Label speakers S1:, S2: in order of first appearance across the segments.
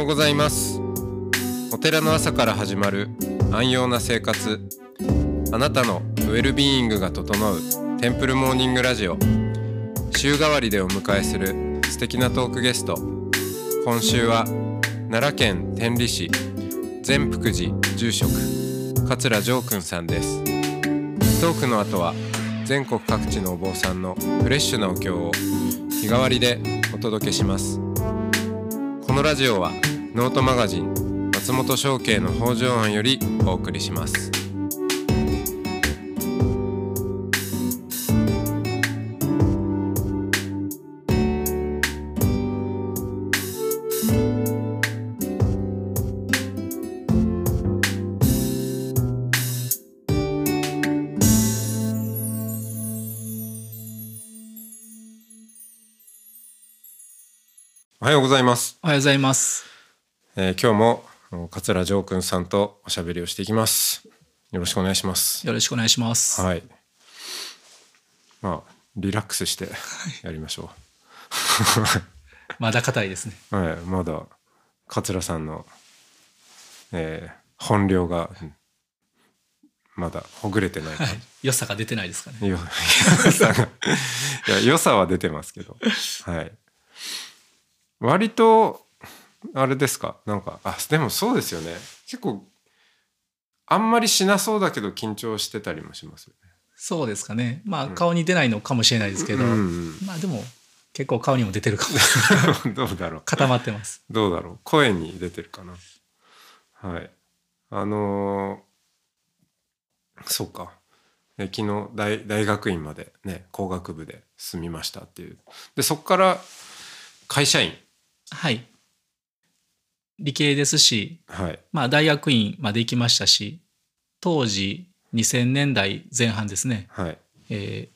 S1: うございますお寺の朝から始まる安養な生活あなたのウェルビーイングが整うテンプルモーニングラジオ週替わりでお迎えする素敵なトークゲスト今週は奈良県天理市善福寺住職桂城君さんですトークの後は全国各地のお坊さんのフレッシュなお経を日替わりでお届けしますこのラジオはノートマガジン松本商家の北条庵よりお送りしますおはようございます、
S2: おはようございます。
S1: えー今日もあの桂城君さんとおしゃべりをしていきますよろしくお願いします
S2: よろしくお願いします。
S1: はいまあリラックスしてやりましょ
S2: まだ硬いですね。
S1: うはい、まだ桂さんの、えー本領がうんまだほぐれてない感じ
S2: 良さが出てないですかね。
S1: よ 良さがいや良さは出てますけどはい割とあれですかなんかあでもそうですよね結構あんまりしなそうだけど緊張してたりもしますよね
S2: そうですかね。まあ、顔に出ないのかもしれないですけど、
S1: うん
S2: まあでも結構顔にも出てるか も。
S1: うん どうだろう
S2: 固まってます。
S1: どうだろう声に出てるかなはいあのーそうかえ昨日大大学院までね工学部で進みましたっていうでそこから会社員
S2: はい。理系ですし、
S1: はい
S2: まあ大学院まで行きましたし、当時2000年代前半ですね。
S1: はい
S2: えー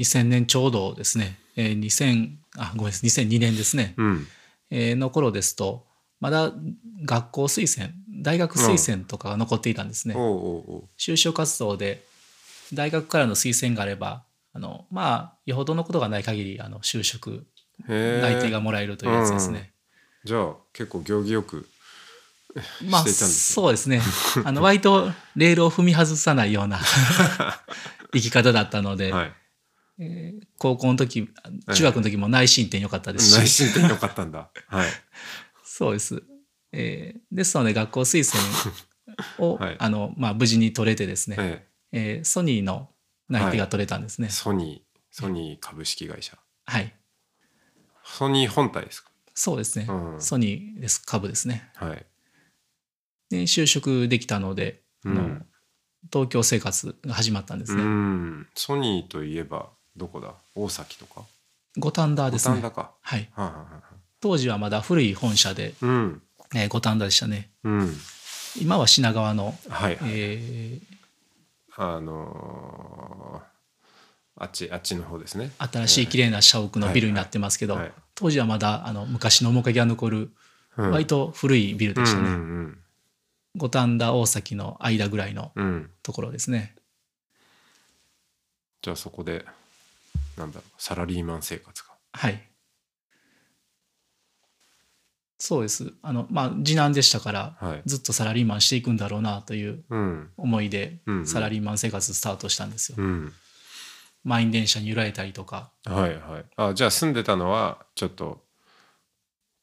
S2: 2000年ちょうどですね。えー2000、あ、ごめんなさい。2002年ですね。
S1: うん
S2: えーの頃ですとまだ学校推薦大学推薦とかが残っていたんですね、
S1: おうおうおう
S2: 就職活動で大学からの推薦があればあのまあよほどのことがない限りあの就職
S1: へ
S2: 内定が
S1: え
S2: もらえるというやつですね、
S1: じゃあ結構行儀よく
S2: まあ
S1: していたんですね
S2: そうですねあの割とレールを踏み外さないよ うな生き方だったので、
S1: はい
S2: 高校の時中学の時も内申点良かったですし、
S1: 内心点良かったん だはい
S2: そうです。えーですので学校推薦 を、
S1: はい
S2: あのまあ、無事に取れてですね、
S1: え
S2: えーソニーの内定が取れたんですね
S1: え。ソニーソニー株式会社
S2: はい、
S1: ソニー本体ですか
S2: そうですね、
S1: うん
S2: ソニーです株ですね。
S1: はい
S2: で就職できたので、
S1: う
S2: あの
S1: ん、
S2: 東京生活が始まったんです
S1: う
S2: ね。
S1: んソニーといえばどこだ大崎とか
S2: 五反田です
S1: 五反
S2: ね
S1: 田。か
S2: はい、
S1: はいはいはいはい
S2: 当時はまだ古い本社で、
S1: うん
S2: えー五反田でしたね。
S1: うん
S2: 今は品川の、
S1: はい、
S2: えー
S1: あのーあっちあっちの方ですね
S2: 新しい綺麗な社屋のビルになってますけど、
S1: はいはいはい
S2: 当時はまだあの昔の面影が残る
S1: うん
S2: 割と古いビルでした
S1: う
S2: ね。
S1: ん
S2: 五反田大崎の間ぐらいの
S1: うんうん、うん、
S2: ところですね。
S1: じゃあそこでなんだろうサラリーマン生活か
S2: はい。そうです。あの、まあ、次男でしたから、
S1: はい
S2: ずっとサラリーマンしていくんだろうなという
S1: うん
S2: 思いで、
S1: うんうん
S2: サラリーマン生活スタートしたんですよ。
S1: うん
S2: 満員電車に揺られたりとか。
S1: はいはいあじゃあ住んでたのはちょっと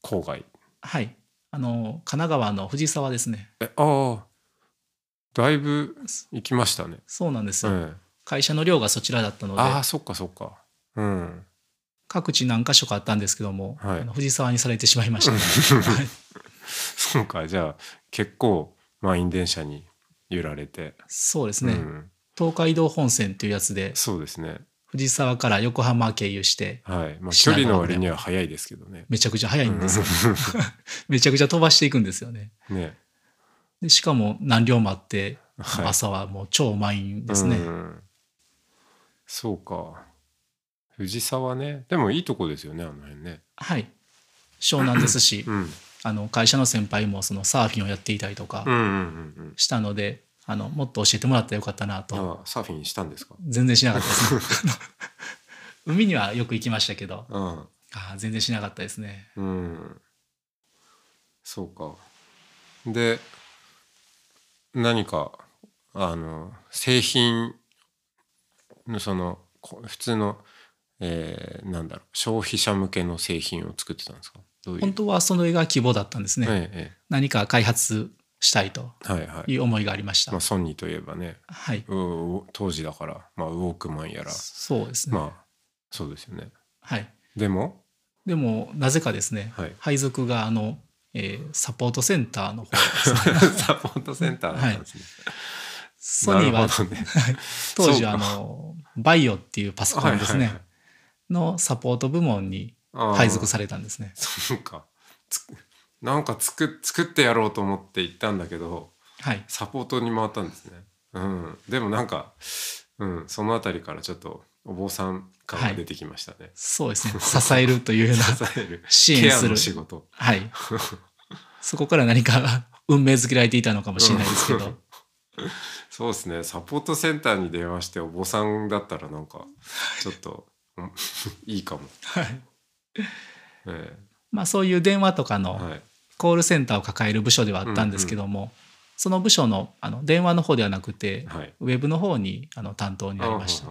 S1: 郊外
S2: はい。あの、神奈川の藤沢ですね。
S1: えああだいぶ行きましたね、
S2: そうなんです
S1: う
S2: よ。
S1: ん、
S2: 会社の寮がそちらだったので、
S1: ああそっかそっかうん
S2: 各地何箇所かあったんですけども、
S1: はい
S2: あの藤沢にされてしまい ました。はい
S1: そうかじゃあ結構満員電車に揺られて、
S2: そうですね、
S1: うん、
S2: 東海道本線というやつで、
S1: そうですね
S2: 藤沢から横浜経由して、
S1: はいまあ距離
S2: 品川
S1: の割には早いですけどね
S2: めちゃくちゃ早いんですよ。 めちゃくちゃ飛ばしていくんですよね。
S1: ね
S2: でしかも何両もあって、
S1: はい
S2: 朝はもう超満員です
S1: う
S2: ね。
S1: んそうか藤沢ねでもいいとこですよねあの辺ね
S2: はい。湘南ですし、
S1: うん
S2: あの会社の先輩もそのサーフィンをやっていたりとか
S1: うんうんうんうん
S2: したので、あのもっと教えてもらったらよかったなと、
S1: あサーフィンしたんですか
S2: 全然しなかっ たですね。 あの海にはよく行きましたけど、
S1: うん
S2: あー全然しなかったですね。
S1: うんそうかで何かあの製品のそのこ普通の、えー、なんだろう消費者向けの製品を作ってたんですかどういう
S2: 本当はその絵が希望だったんですね、
S1: ええ
S2: 何か開発したいと
S1: ええはいはい
S2: いう思いがありました、
S1: まあ、ソニーといえばね
S2: はい
S1: ウォウォ当時だから、まあ、ウォークマンやら
S2: そうですね、
S1: まあそうですよね
S2: はい
S1: でも
S2: でもなぜかですね、
S1: はい
S2: 配属があの、えーサポートセンターの方ですね
S1: サポートセンターだったんですね、
S2: ソニーは
S1: なるほどね
S2: 当
S1: そ
S2: 時
S1: うか
S2: あのバイオっていうパソコンです
S1: は
S2: ね、
S1: いはいはい
S2: のサポート部門に
S1: あー
S2: 配属されたんですね
S1: そうかつくなんか作作ってやろうと思って行ったんだけど
S2: はい
S1: サポートに回ったんですね、うん、でもなんか、うん、その辺りからちょっとお坊さん感が出てきましたね、
S2: そうですね支えるという ような
S1: 支える
S2: 支
S1: ケ
S2: 援
S1: ア
S2: す
S1: の
S2: る
S1: 仕事
S2: はいそこから何か 運命づけられていたのかもしれないですけど、
S1: うんそうですねサポートセンターに電話してお坊さんだったらなんかちょっと、うん いいかも、
S2: はい
S1: え
S2: まあ、そういう電話とか
S1: え
S2: の
S1: はい、
S2: コールセンターを抱える部署ではあったんですけども、その部署のあの電話の方ではなくて、
S1: はい、
S2: ウェブの方にあの担当になりました。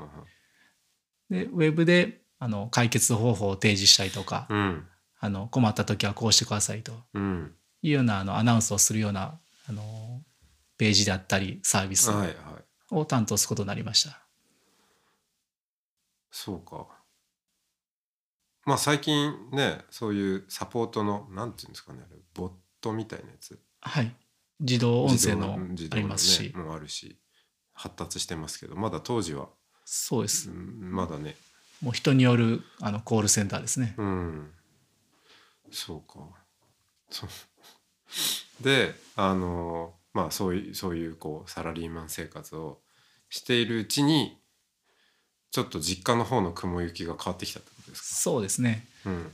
S2: でウェブであの解決方法を提示したりとか、
S1: うん
S2: あの困った時はこうしてくださいと
S1: うん
S2: いうようなあのアナウンスをするようなあのページであったりサービス
S1: はいはい
S2: を担当することになりました。
S1: そうかまあ最近ねそういうサポートのなんていうんですかねあれボットみたいなやつ
S2: はい、自動音声の
S1: 自動
S2: あ
S1: の
S2: りますし、
S1: ね、もうあるし発達してますけどまだ当時は、
S2: そうで
S1: う
S2: す
S1: ん、まだね
S2: もう人によるあのコールセンターですね。
S1: うんそうかそう であのまあそういうそういうこうサラリーマン生活をしているうちにちょっと実家の方の雲行きが変わってきたってことです
S2: そうですね
S1: か、うん、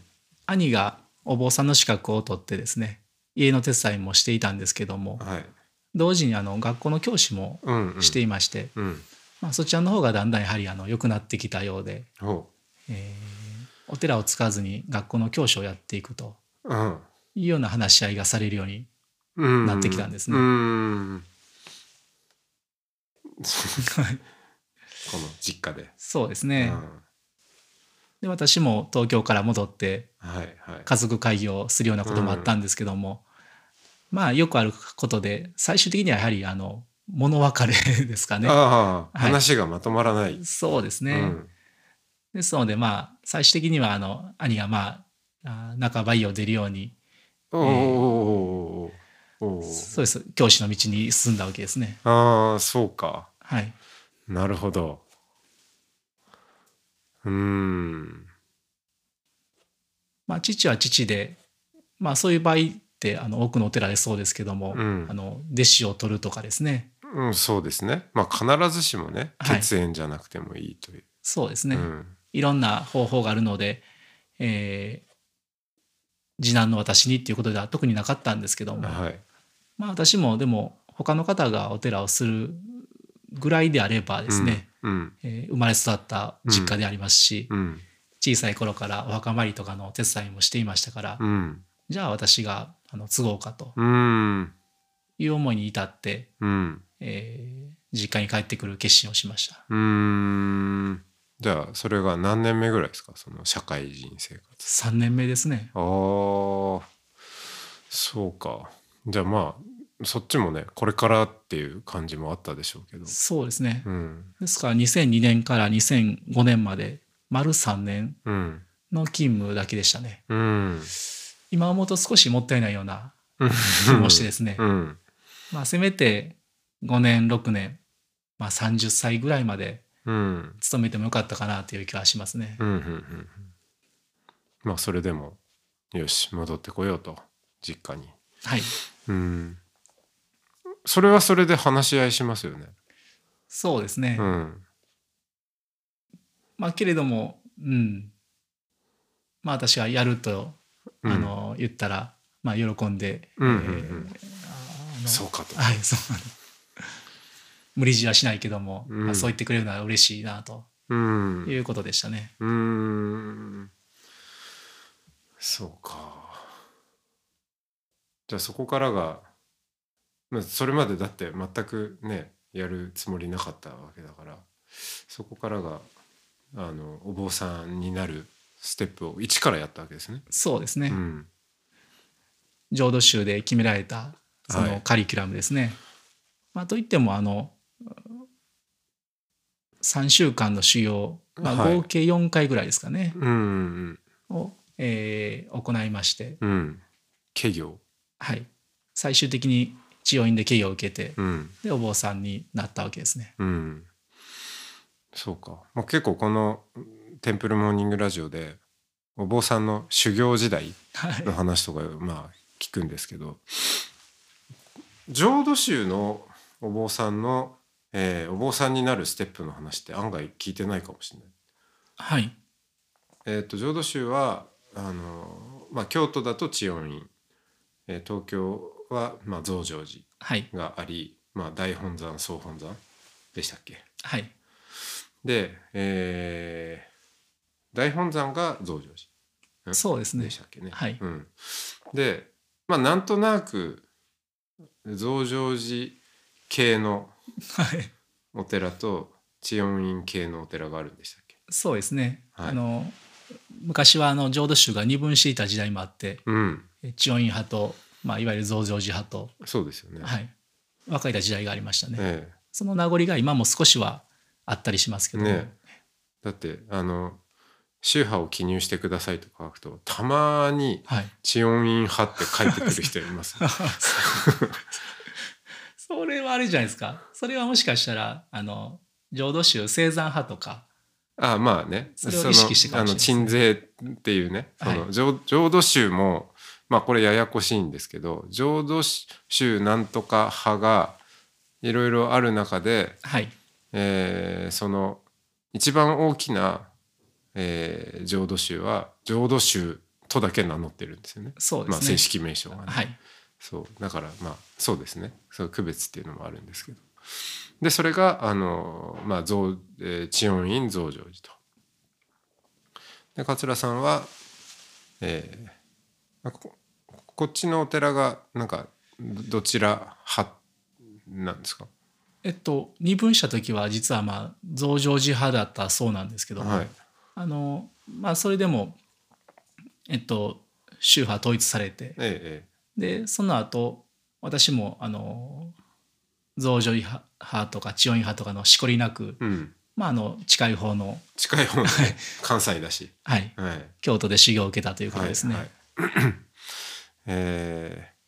S2: 兄がお坊さんの資格を取ってですね家の手伝いもしていたんですけども
S1: はい、
S2: 同時にあの学校の教師も
S1: うんうん、
S2: していまして、
S1: うん
S2: まあ、そちらの方がだんだんやはりあの良くなってきたようで、
S1: ほ
S2: えーお寺を使わずに学校の教師をやっていくと
S1: ううん
S2: いうような話し合いがされるように
S1: うん
S2: なってきたんですね
S1: うんそうこの実家で、
S2: そうです
S1: う
S2: ね、
S1: ん
S2: で私も東京から戻って
S1: はいはい
S2: 家族会議をするようなこともあったんですけども、まあよくあることで最終的にはやはりあの物別れですかね
S1: ああ、
S2: はい
S1: 話がまとまらない、
S2: そうです
S1: う
S2: ね、
S1: ん、
S2: ですのでまあ最終的にはあの兄がまああー半ば家を出るように
S1: おーおーおーおーおー
S2: そうです教師の道に進んだわけですね
S1: ああそうか
S2: はい
S1: なるほどうーん
S2: まあ父は父でまあそういう場合ってあの多くのお寺でそうですけども、
S1: うん
S2: あの弟子を取るとかですね
S1: うんそうですねまあ必ずしもね
S2: はい
S1: 血縁じゃなくてもいいという、
S2: そうですね、
S1: うん、
S2: いろんな方法があるので、えー次男の私にっていうことでは特になかったんですけども、
S1: はい
S2: まあ私もでも他の方がお寺をするぐらいであればですね、
S1: うん
S2: えー生まれ育った実家でありますし、
S1: うん
S2: 小さい頃からお墓参りとかのお手伝いもしていましたから、
S1: うん
S2: じゃあ私があの都合かと
S1: うん
S2: いう思いに至って、
S1: うん
S2: えー実家に帰ってくる決心をしました。
S1: うんじゃあそれが何年目ぐらいですかその社会人生活
S2: 3年目ですね。
S1: ああそうかじゃあまあそっちもねこれからっていう感じもあったでしょうけど
S2: そうですね。
S1: うん
S2: ですから2002年から2005年まで丸3年
S1: うん
S2: の勤務だけでしたね
S1: うん
S2: 今思うと少しもったいないような気
S1: 気
S2: もしてですね、
S1: うん
S2: まあせめて5年6年、まあ、30歳ぐらいまで
S1: うんうん
S2: 勤めてもよかったかなという気はしますね、
S1: うんうんうんまあそれでもよし戻ってこようと実家に
S2: はい
S1: うんそれはそれで話し合いしますよね
S2: そうですね、
S1: うん
S2: まあけれどもうんまあ私がやると、
S1: うん
S2: あの言ったらまあ喜んで、
S1: うんうんうん
S2: えーあの
S1: そうかと
S2: はい、そうな の無理強いはしないけども、
S1: うん
S2: まあ、そう言ってくれるのは嬉しいなと
S1: うん
S2: いうことでしたね。
S1: うーんそうかじゃあそこからが、まあ、それまでだって全くねやるつもりなかったわけだからそこからがあのお坊さんになるステップを一からやったわけですね。
S2: そうですね、
S1: うん、
S2: 浄土宗で決められたそ
S1: は
S2: の
S1: い
S2: カリキュラムですね。まあ、といってもあの3週間の修行、まあ、
S1: はい
S2: 合計4回ぐらいですかね、
S1: うんうん
S2: を、えー行いまして、
S1: うんうん家業、
S2: はい、最終的に治療院で敬意を受けて
S1: うん
S2: でお坊さんになったわけですね。
S1: うん、そうか、まあ、結構この「テンプルモーニングラジオ」でお坊さんの修行時代
S2: はい
S1: の話とかまあ聞くんですけど浄土宗のお坊さんの、えーお坊さんになるステップの話って案外聞いてないかもしれない。
S2: はい
S1: えー、と浄土宗はあの、まあ、京都だと知恩院、えー東京は、まあ、増上寺
S2: はい
S1: があり、まあ、大本山総本山でしたっけ
S2: はい
S1: で、えー大本山が増上寺うん
S2: そうですね
S1: でしたっけね。
S2: はい
S1: うん、でまあなんとなく増上寺系の
S2: はい
S1: お寺と知恩院系のお寺があるんでしたっけ
S2: そうですね、
S1: はい
S2: あの昔はあの浄土宗が二分していた時代もあって
S1: うん
S2: 治療院派と、まあ、いわゆる増上寺派と
S1: そうですよね。
S2: はい、分かれた時代がありましたね、
S1: ええ
S2: その名残が今も少しはあったりしますけども、
S1: ねだってあの宗派を記入してくださいとか書くとたまに
S2: はい、
S1: 知恩院派って書いてくる人います、ね、
S2: それはあれじゃないですかそれはもしかしたらあの浄土宗青山派とか
S1: あまあね
S2: それを意識して
S1: そ
S2: か
S1: のあ
S2: もしれない
S1: の鎮税っていうねその、
S2: は
S1: 浄浄土宗もまあこれややこしいんですけど浄土宗なんとか派がいろいろある中で、
S2: はい
S1: えーその一番大きな、えー浄土宗は浄土宗とだけ名乗ってるんですよね。
S2: そうで
S1: まあ、
S2: す
S1: 正
S2: ね、
S1: 式名称がね、
S2: はい
S1: そうだからまあそうですねそう区別っていうのもあるんですけどでそれがあの、まあ増えー、知恩院増上寺とで桂さんは、えーまあここっちのお寺がなんかどどちら派なんですか
S2: えっと二分した時は実はまあ増上寺派だったそうなんですけども、
S1: はい
S2: あのまあそれでもえっと宗派統一されて
S1: え
S2: でその後私もあの増上派派とか千代院派とかのしこりなく、
S1: えええうん
S2: まあ、あの近い方の、
S1: 近い方の関西だし、
S2: はい、
S1: はい、
S2: 京都で修行を受けたということですね。
S1: はいはいえー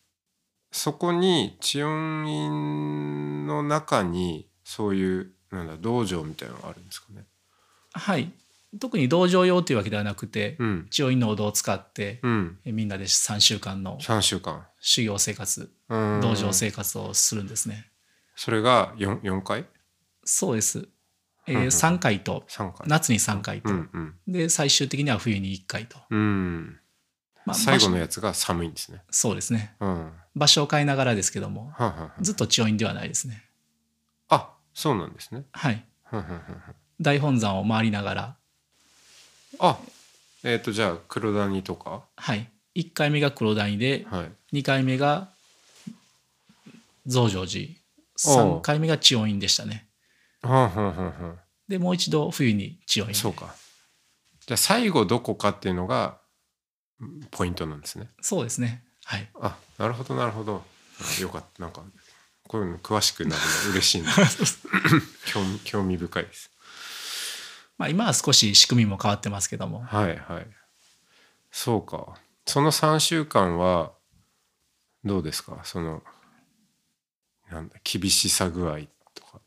S1: そこに知恩院の中にそういうなんだ道場みたいなのがあるんですかね。
S2: はい特に道場用というわけではなくて
S1: うん、
S2: 千代院のお堂を使って
S1: うん、
S2: えみんなで3週間の
S1: 3週間
S2: 修行生活
S1: うん
S2: 道場生活をするんですね。
S1: それが 4, 四回
S2: そうです、え
S1: うんうん
S2: 3回と
S1: 3回
S2: 夏に3回と、
S1: うんうん
S2: で最終的には冬に1回と、
S1: うん
S2: まあ、
S1: 最後
S2: 場
S1: の
S2: 所
S1: やつが寒いんですね。
S2: そうですね
S1: うん、は
S2: 場所を変えながらですけども
S1: あはあはあ
S2: ずっと千代院ではないですね。
S1: あそうなんですね。
S2: はい。
S1: はあはあはあ
S2: 大本山を回りながら、
S1: あえっ、とじゃあ黒谷とか
S2: はい。1回目が黒谷で、
S1: はい
S2: 2回目が増上寺、
S1: おう
S2: 3回目が千代院でしたね。
S1: はあはあはあはあ
S2: で、もう一度冬に千代院で。
S1: そうか。じゃあ最後どこかっていうのがうんポイントなんですね。
S2: そうですね。はい。
S1: あなるほどなるほど。あよかったなんかこういうの詳しくなるの嬉しいな 興味興味深いです。
S2: まあ今は少し仕組みも変わってますけども、
S1: はいはい。そうか。その3週間はどうですかそのなんだ厳しさ具合とか。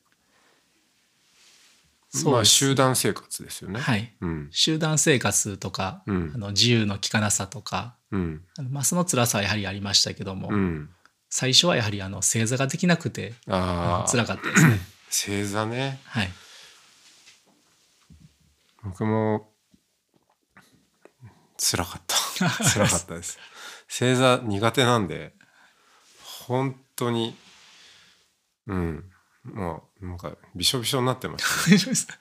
S2: そう
S1: まあ
S2: です
S1: 集団生活ですよね。
S2: はい。
S1: うん
S2: 集団生活とか、
S1: うん
S2: あの自由の利かなさとか、
S1: うん
S2: あのまあその辛さはやはりありましたけども、
S1: うん。
S2: 最初はやはりあの正座ができなくて、あ
S1: あ
S2: の
S1: あ
S2: 辛かった ですね。
S1: 正座ね。
S2: はい。
S1: 僕も辛かった 辛かったです正座苦手なんで本当にうんもうなんかびしょびしょになってました、ね、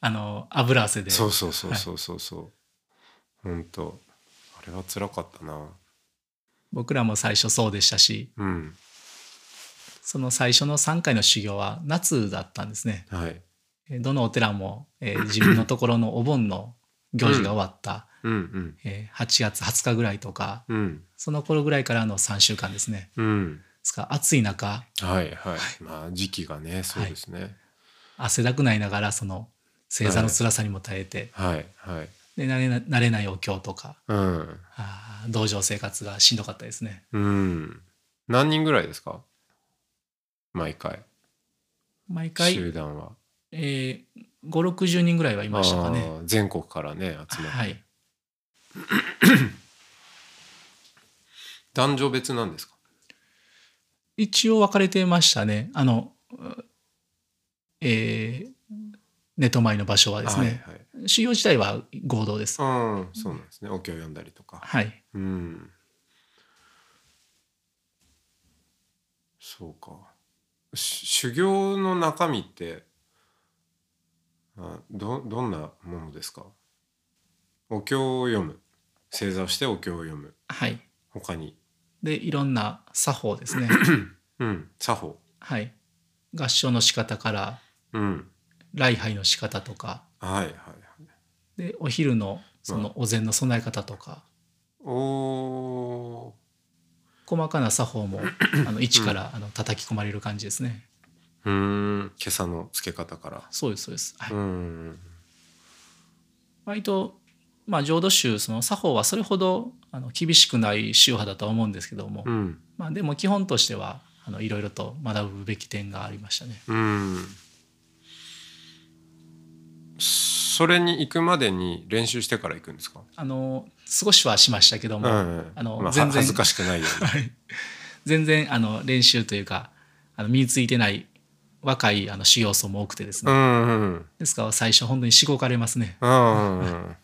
S2: あの油汗 で
S1: そうそうそうそうそうそう本当あれは辛かったな
S2: 僕らも最初そうでしたし
S1: うん
S2: その最初の3回の修行は夏だったんですね
S1: はい
S2: えーどのお寺も、えー自分のところのお盆の行事が終わった、
S1: うん
S2: えー8月20日ぐらいとか
S1: うんうん
S2: その頃ぐらいからの3週間ですね
S1: うん
S2: ですから暑い中
S1: はいはいまあ時期がねそうですね
S2: 汗だくないながらその正座の辛さにも耐えて、
S1: はいはい
S2: で慣れな慣れないお経とか
S1: うん
S2: あー道場生活がしんどかったですね
S1: うん何人ぐらいですか毎回
S2: 毎回、
S1: 集団は
S2: えー、560人ぐらいはいましたかね
S1: あー全国からね集まって
S2: はい
S1: 男女別なんですか
S2: 一応分かれてましたねあのうえー、寝泊まりの場所はですね、
S1: はいはい
S2: 修行自体は合同です。
S1: うん、そうなんですね。お経を読んだりとか。
S2: はい。
S1: うん。そうか。し修行の中身って。あ、ど、どんなものですか。お経を読む。正座をしてお経を読む。
S2: はい。
S1: 他に。
S2: で、いろんな作法です ね。
S1: うん、作法。
S2: はい。合唱の仕方から、
S1: うん。
S2: 礼拝の仕方とか、
S1: はいはいはい。
S2: で、お昼のそのお膳の備え方とか、
S1: おー
S2: 細かな作法もあの一からあの叩き込まれる感じですね。
S1: うーん、今朝のつけ方から。
S2: そうです、そうです。は
S1: う
S2: い。
S1: ん。
S2: 割と、まあ、浄土宗、その作法はそれほどあの厳しくない宗派だとは思うんですけども、
S1: うん。
S2: まあ、でも基本としては、あのいろいろと学ぶべき点がありましたね。
S1: うんそれに行くまでに練習してから行くんですか、
S2: あの、少しはしましたけど
S1: うん
S2: も、あの
S1: まあ、は
S2: 全然
S1: 恥ずかしくないように
S2: はい全然あの練習というかあの身についてない若いあの修行僧も多くてです
S1: う
S2: ね、
S1: んうん
S2: ですから最初本当にしごかれますね
S1: うんうん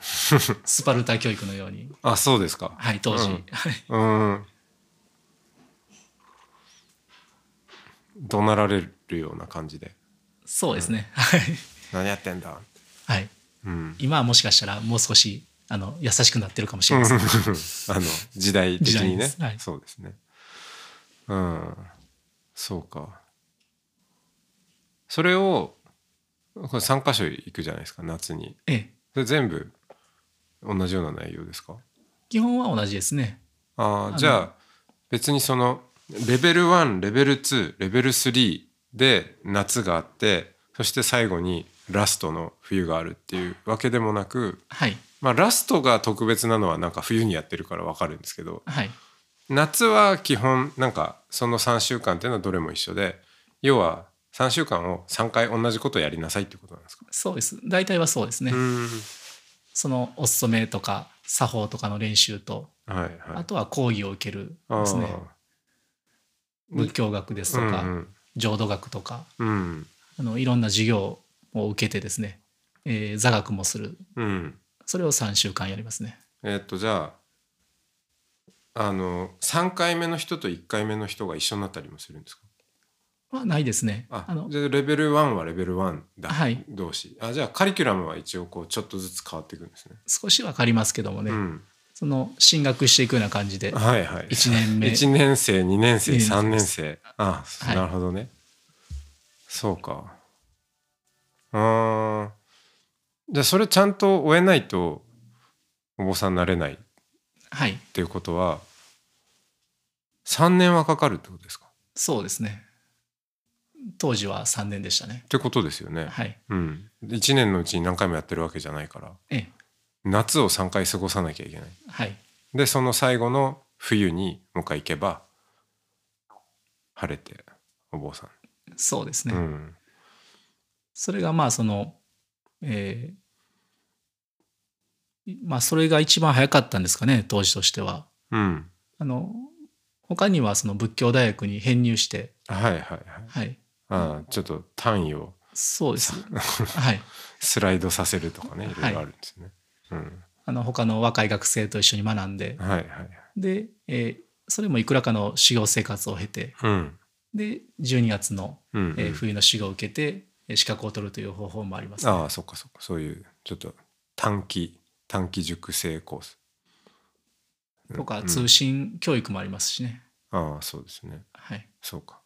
S2: スパルタ教育のように
S1: あそうですか
S2: はい当時、
S1: うん
S2: はい
S1: うん怒鳴られるような感じで
S2: そうですね、はい
S1: 「何やってんだ
S2: はい」
S1: うん
S2: 今はもしかしたらもう少しあの優しくなってるかもしれません、
S1: あの時代的に
S2: 時代で
S1: ね
S2: すはい
S1: そうですねうんそうかそれをこれ3か所行くじゃないですか夏に
S2: ええ
S1: それ全部同じような内容ですか
S2: 基本は同じですね
S1: あ
S2: の
S1: あじゃあ別にそのレベル1レベル2レベル3で夏があってそして最後にラストの冬があるっていうわけでもなく
S2: はい
S1: まあラストが特別なのはなんか冬にやってるからわかるんですけど
S2: はい
S1: 夏は基本なんかその3週間っていうのはどれも一緒で要は3週間を3回同じことやりなさいってことなんですか
S2: そうです大体はそうですね、
S1: うん
S2: そのお勤めとか作法とかの練習と
S1: はいはい
S2: あとは講義を受ける
S1: あ
S2: ですね
S1: ー
S2: 仏教学ですとか、浄土学とか
S1: うんうん
S2: あのいろんな授業を受けてですね、えー座学もする
S1: うんうん
S2: それを3週間やりますね
S1: えーっとじゃああの3回目の人と1回目の人が一緒になったりもするんですか
S2: はないですね
S1: あ
S2: の
S1: じゃあレベル1はレベル1だ、
S2: はい
S1: 同士あじゃあカリキュラムは一応こうちょっとずつ変わっていくんですね
S2: 少しわかりますけどもね、
S1: うん
S2: その進学していくような感じで
S1: はいはい
S2: 1年目
S1: 1年生2年生
S2: 二年生
S1: 3年生ああ、
S2: はい
S1: なるほどねそうかあーじゃあそれちゃんと終えないとお坊さんになれないっ
S2: はい
S1: ていうことは3年はかかるってことですかっ
S2: そうですね当時は3年でしたね
S1: てことですよね、
S2: はい
S1: うん1年のうちに何回もやってるわけじゃないから
S2: ええ
S1: 夏を3回過ごさなきゃいけない
S2: はい
S1: でその最後の冬にもう一回行けば晴れてお坊さ
S2: そうです
S1: ん、
S2: ね、
S1: うん
S2: それがまあそのえーまあそれが一番早かったんですかね当時としては
S1: うん。
S2: あの他にはその仏教大学に編入して
S1: はいはいはい。
S2: はい
S1: ああ、ちょっと単位を
S2: そ うです。はい。
S1: スライドさせるとかね、いろ
S2: はいい
S1: ろあるんですね。うん。
S2: あの他の若い学生と一緒に学んで、
S1: はいはい。
S2: で、えーそれもいくらかの修行生活を経て、
S1: うん。
S2: で、12月の、
S1: うん、うん
S2: えー冬の修行を受けて、えー資格を取るという方法もあります、
S1: ああ、そっかそっか。そういう、ちょっと短期、短期熟成コース。
S2: とか
S1: うん
S2: 通信教育もありますしね、
S1: ああそうですね
S2: はい
S1: そうか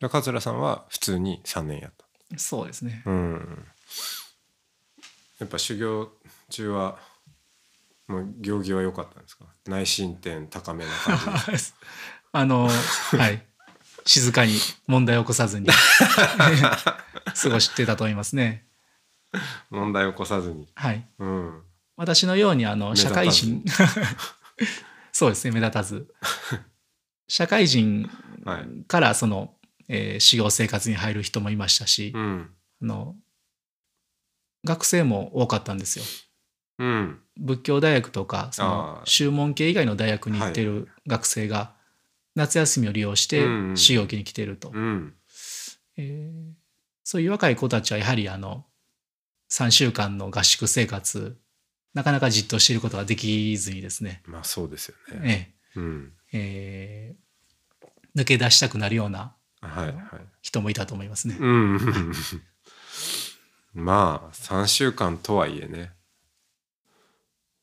S1: で桂さんは普通に3年やっ
S2: そうですね
S1: たうんやっぱ修行中はもう行儀は良かったんですか内申点高めな感 じ
S2: あのはい静かに問題を起こさ ずに過ごしてたと思いますね
S1: 問題を起こさずに
S2: はい
S1: うん
S2: 私のようにあの
S1: 目立
S2: 社
S1: たず
S2: 会人そうですね目立たず社会人
S1: はい
S2: からその、えー修行生活に入る人もいましたし
S1: う、ん
S2: あの学生も多かったんですよ
S1: うん
S2: 仏教大学とかその
S1: あー
S2: 宗門系以外の大学に行ってる学生が夏休みを利用して
S1: うんうん
S2: 修行期に来てると、
S1: うん
S2: えーそういう若い子たちはやはりあの3週間の合宿生活なかなかじっとしていることができずにですね、
S1: まあそうですよね
S2: え
S1: うん
S2: ええー抜け出したくなるような
S1: はいはい
S2: 人もいたと思いますね。
S1: うん まあ3週間とはいえね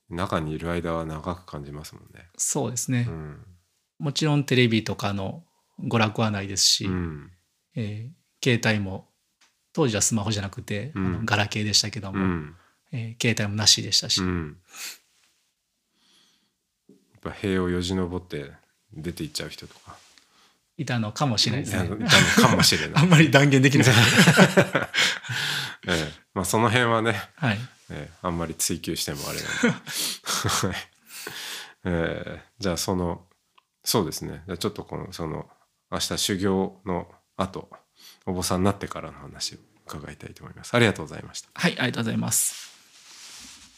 S1: 中にいる間は長く感じますもんね
S2: そうですね、
S1: うん
S2: もちろんテレビとかの娯楽はないですし、
S1: うん
S2: えー携帯も当時はスマホじゃなくて、
S1: うん
S2: あのガラケーでしたけど
S1: う
S2: も、
S1: ん
S2: えー携帯もなしでしたし、
S1: うんやっぱ塀をよじ登って出て行っちゃう人とか
S2: いたのかもしれない
S1: い
S2: です
S1: たの
S2: ね。
S1: かもしれな
S2: あ
S1: い、
S2: んまり断言でき ない。
S1: ええ、まあその辺はね
S2: はい、
S1: えーあんまり追求してもあれなんで はい、えーじゃあそのそうですねじゃあちょっとこのその明日修行の後お坊さんになってからの話を伺いたいと思いますありがとうございました
S2: はい、ありがとうございます。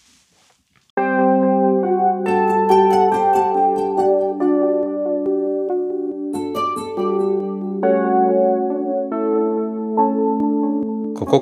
S1: ここ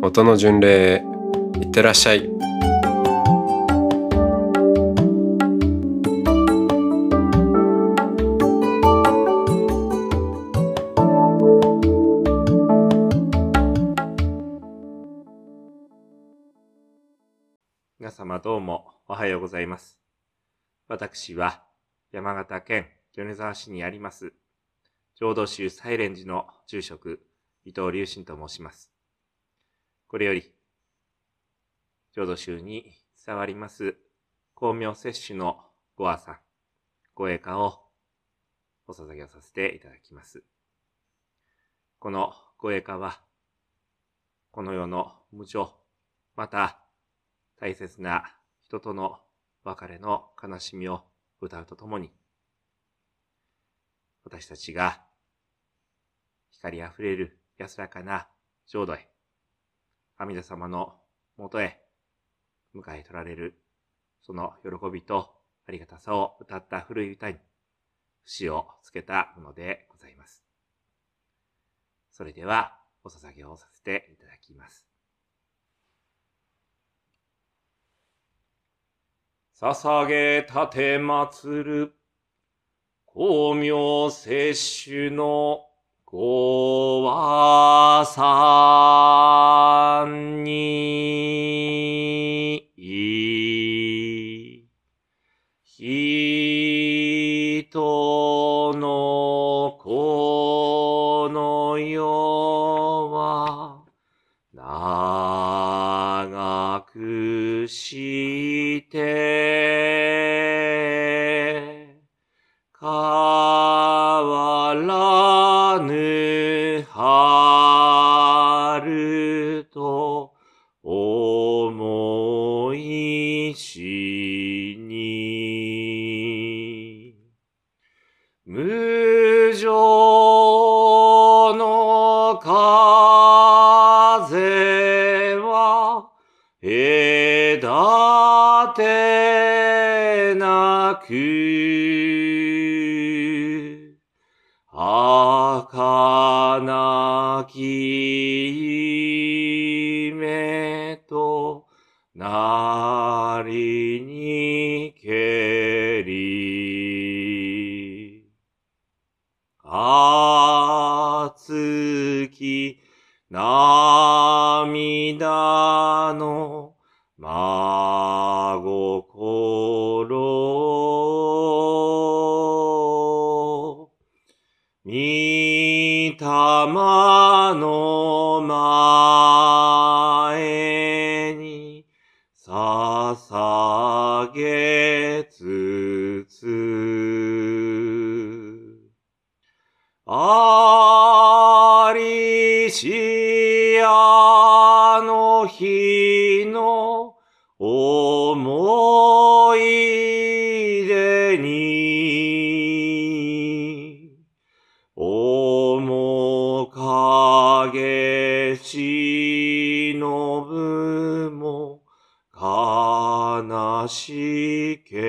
S1: 音の巡礼へいってらっしゃい
S3: 皆様どうもおはようございます。私は山形県米沢市にあります、浄土宗サイレン寺の住職、伊藤隆信と申します。これより、浄土宗に伝わります光明摂取のご和さん、ご栄華をお捧げをさせていただきます。このご栄華は、この世の無常、また大切な人との別れの悲しみを歌うとともに、私たちが光あふれる安らかな浄土へ、阿弥陀様の元へ迎え取られる、その喜びとありがたさを歌った古い歌に、節をつけたものでございます。それでは、お捧げをさせていただきます。捧げたてまつる、光明摂取のご和さんに、人のこの世は、長くして、変わらぬ春と思いしに、無常の風は、隔てななく、儚き夢となりにけり。熱き涙の真心。御霊の前に捧げつつ、ありしやの日の思い出に、面影忍ぶも悲しけ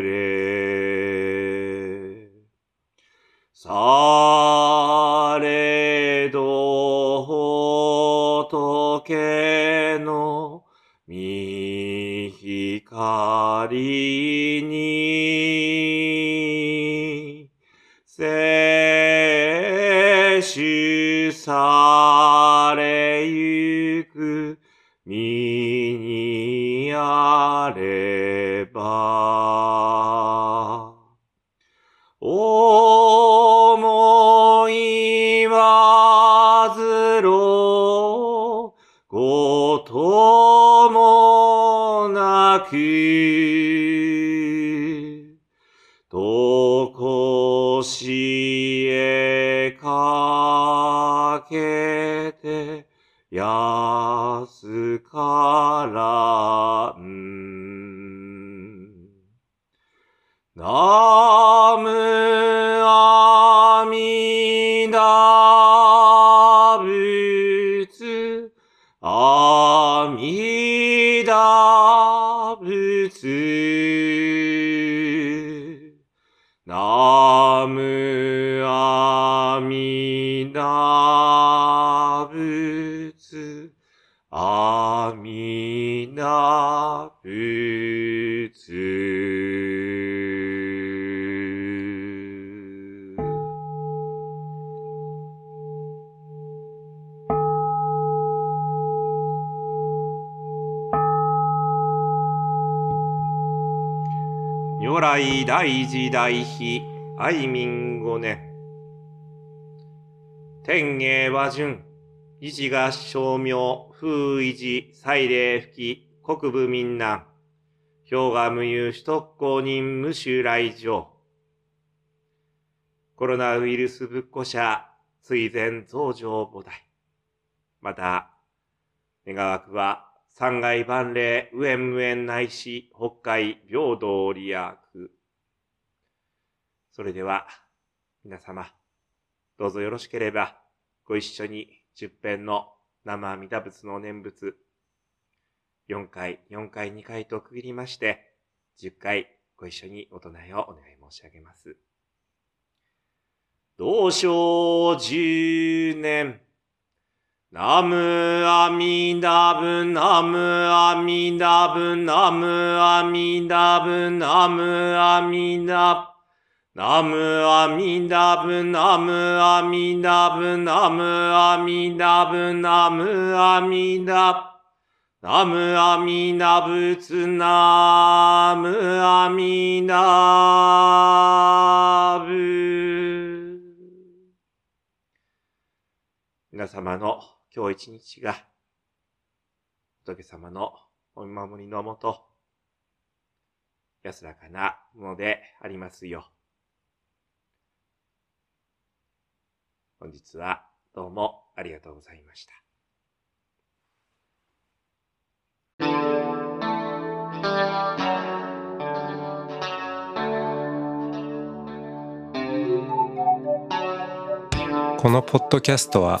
S3: れ。されど仏の御光に、摂取されゆく身にあれば、思いはずろこともなく、とこしへかけて、安からん。ナムアミダ仏、阿弥陀仏。ナムアミダ仏、阿弥陀仏。如来大時代碑愛民五年。天下和順、一時が照明、風維持、祭礼吹き、国部民難。氷河無憂、首都公認、無臭来場。コロナウイルス仏庫者、追善増上菩提。また、願わくは、三外万礼、無縁無縁内し、北海、平等利益。それでは、皆様、どうぞよろしければ、ご一緒に十編の生阿弥陀仏の念仏、4回、4回、2回と区切りまして、10回ご一緒にお唱えをお願い申し上げます。同生十年、ナムアミダブナムアミダブナムアミダブナムアミダブナムアミダブナムアミダブナムアミダブナムアミダブナムアミダブツナムアミダブ皆様の今日一日が仏様のお見守りのもと安らかなものでありますよう本日はどうもありがとうございました。
S1: このポッドキャストは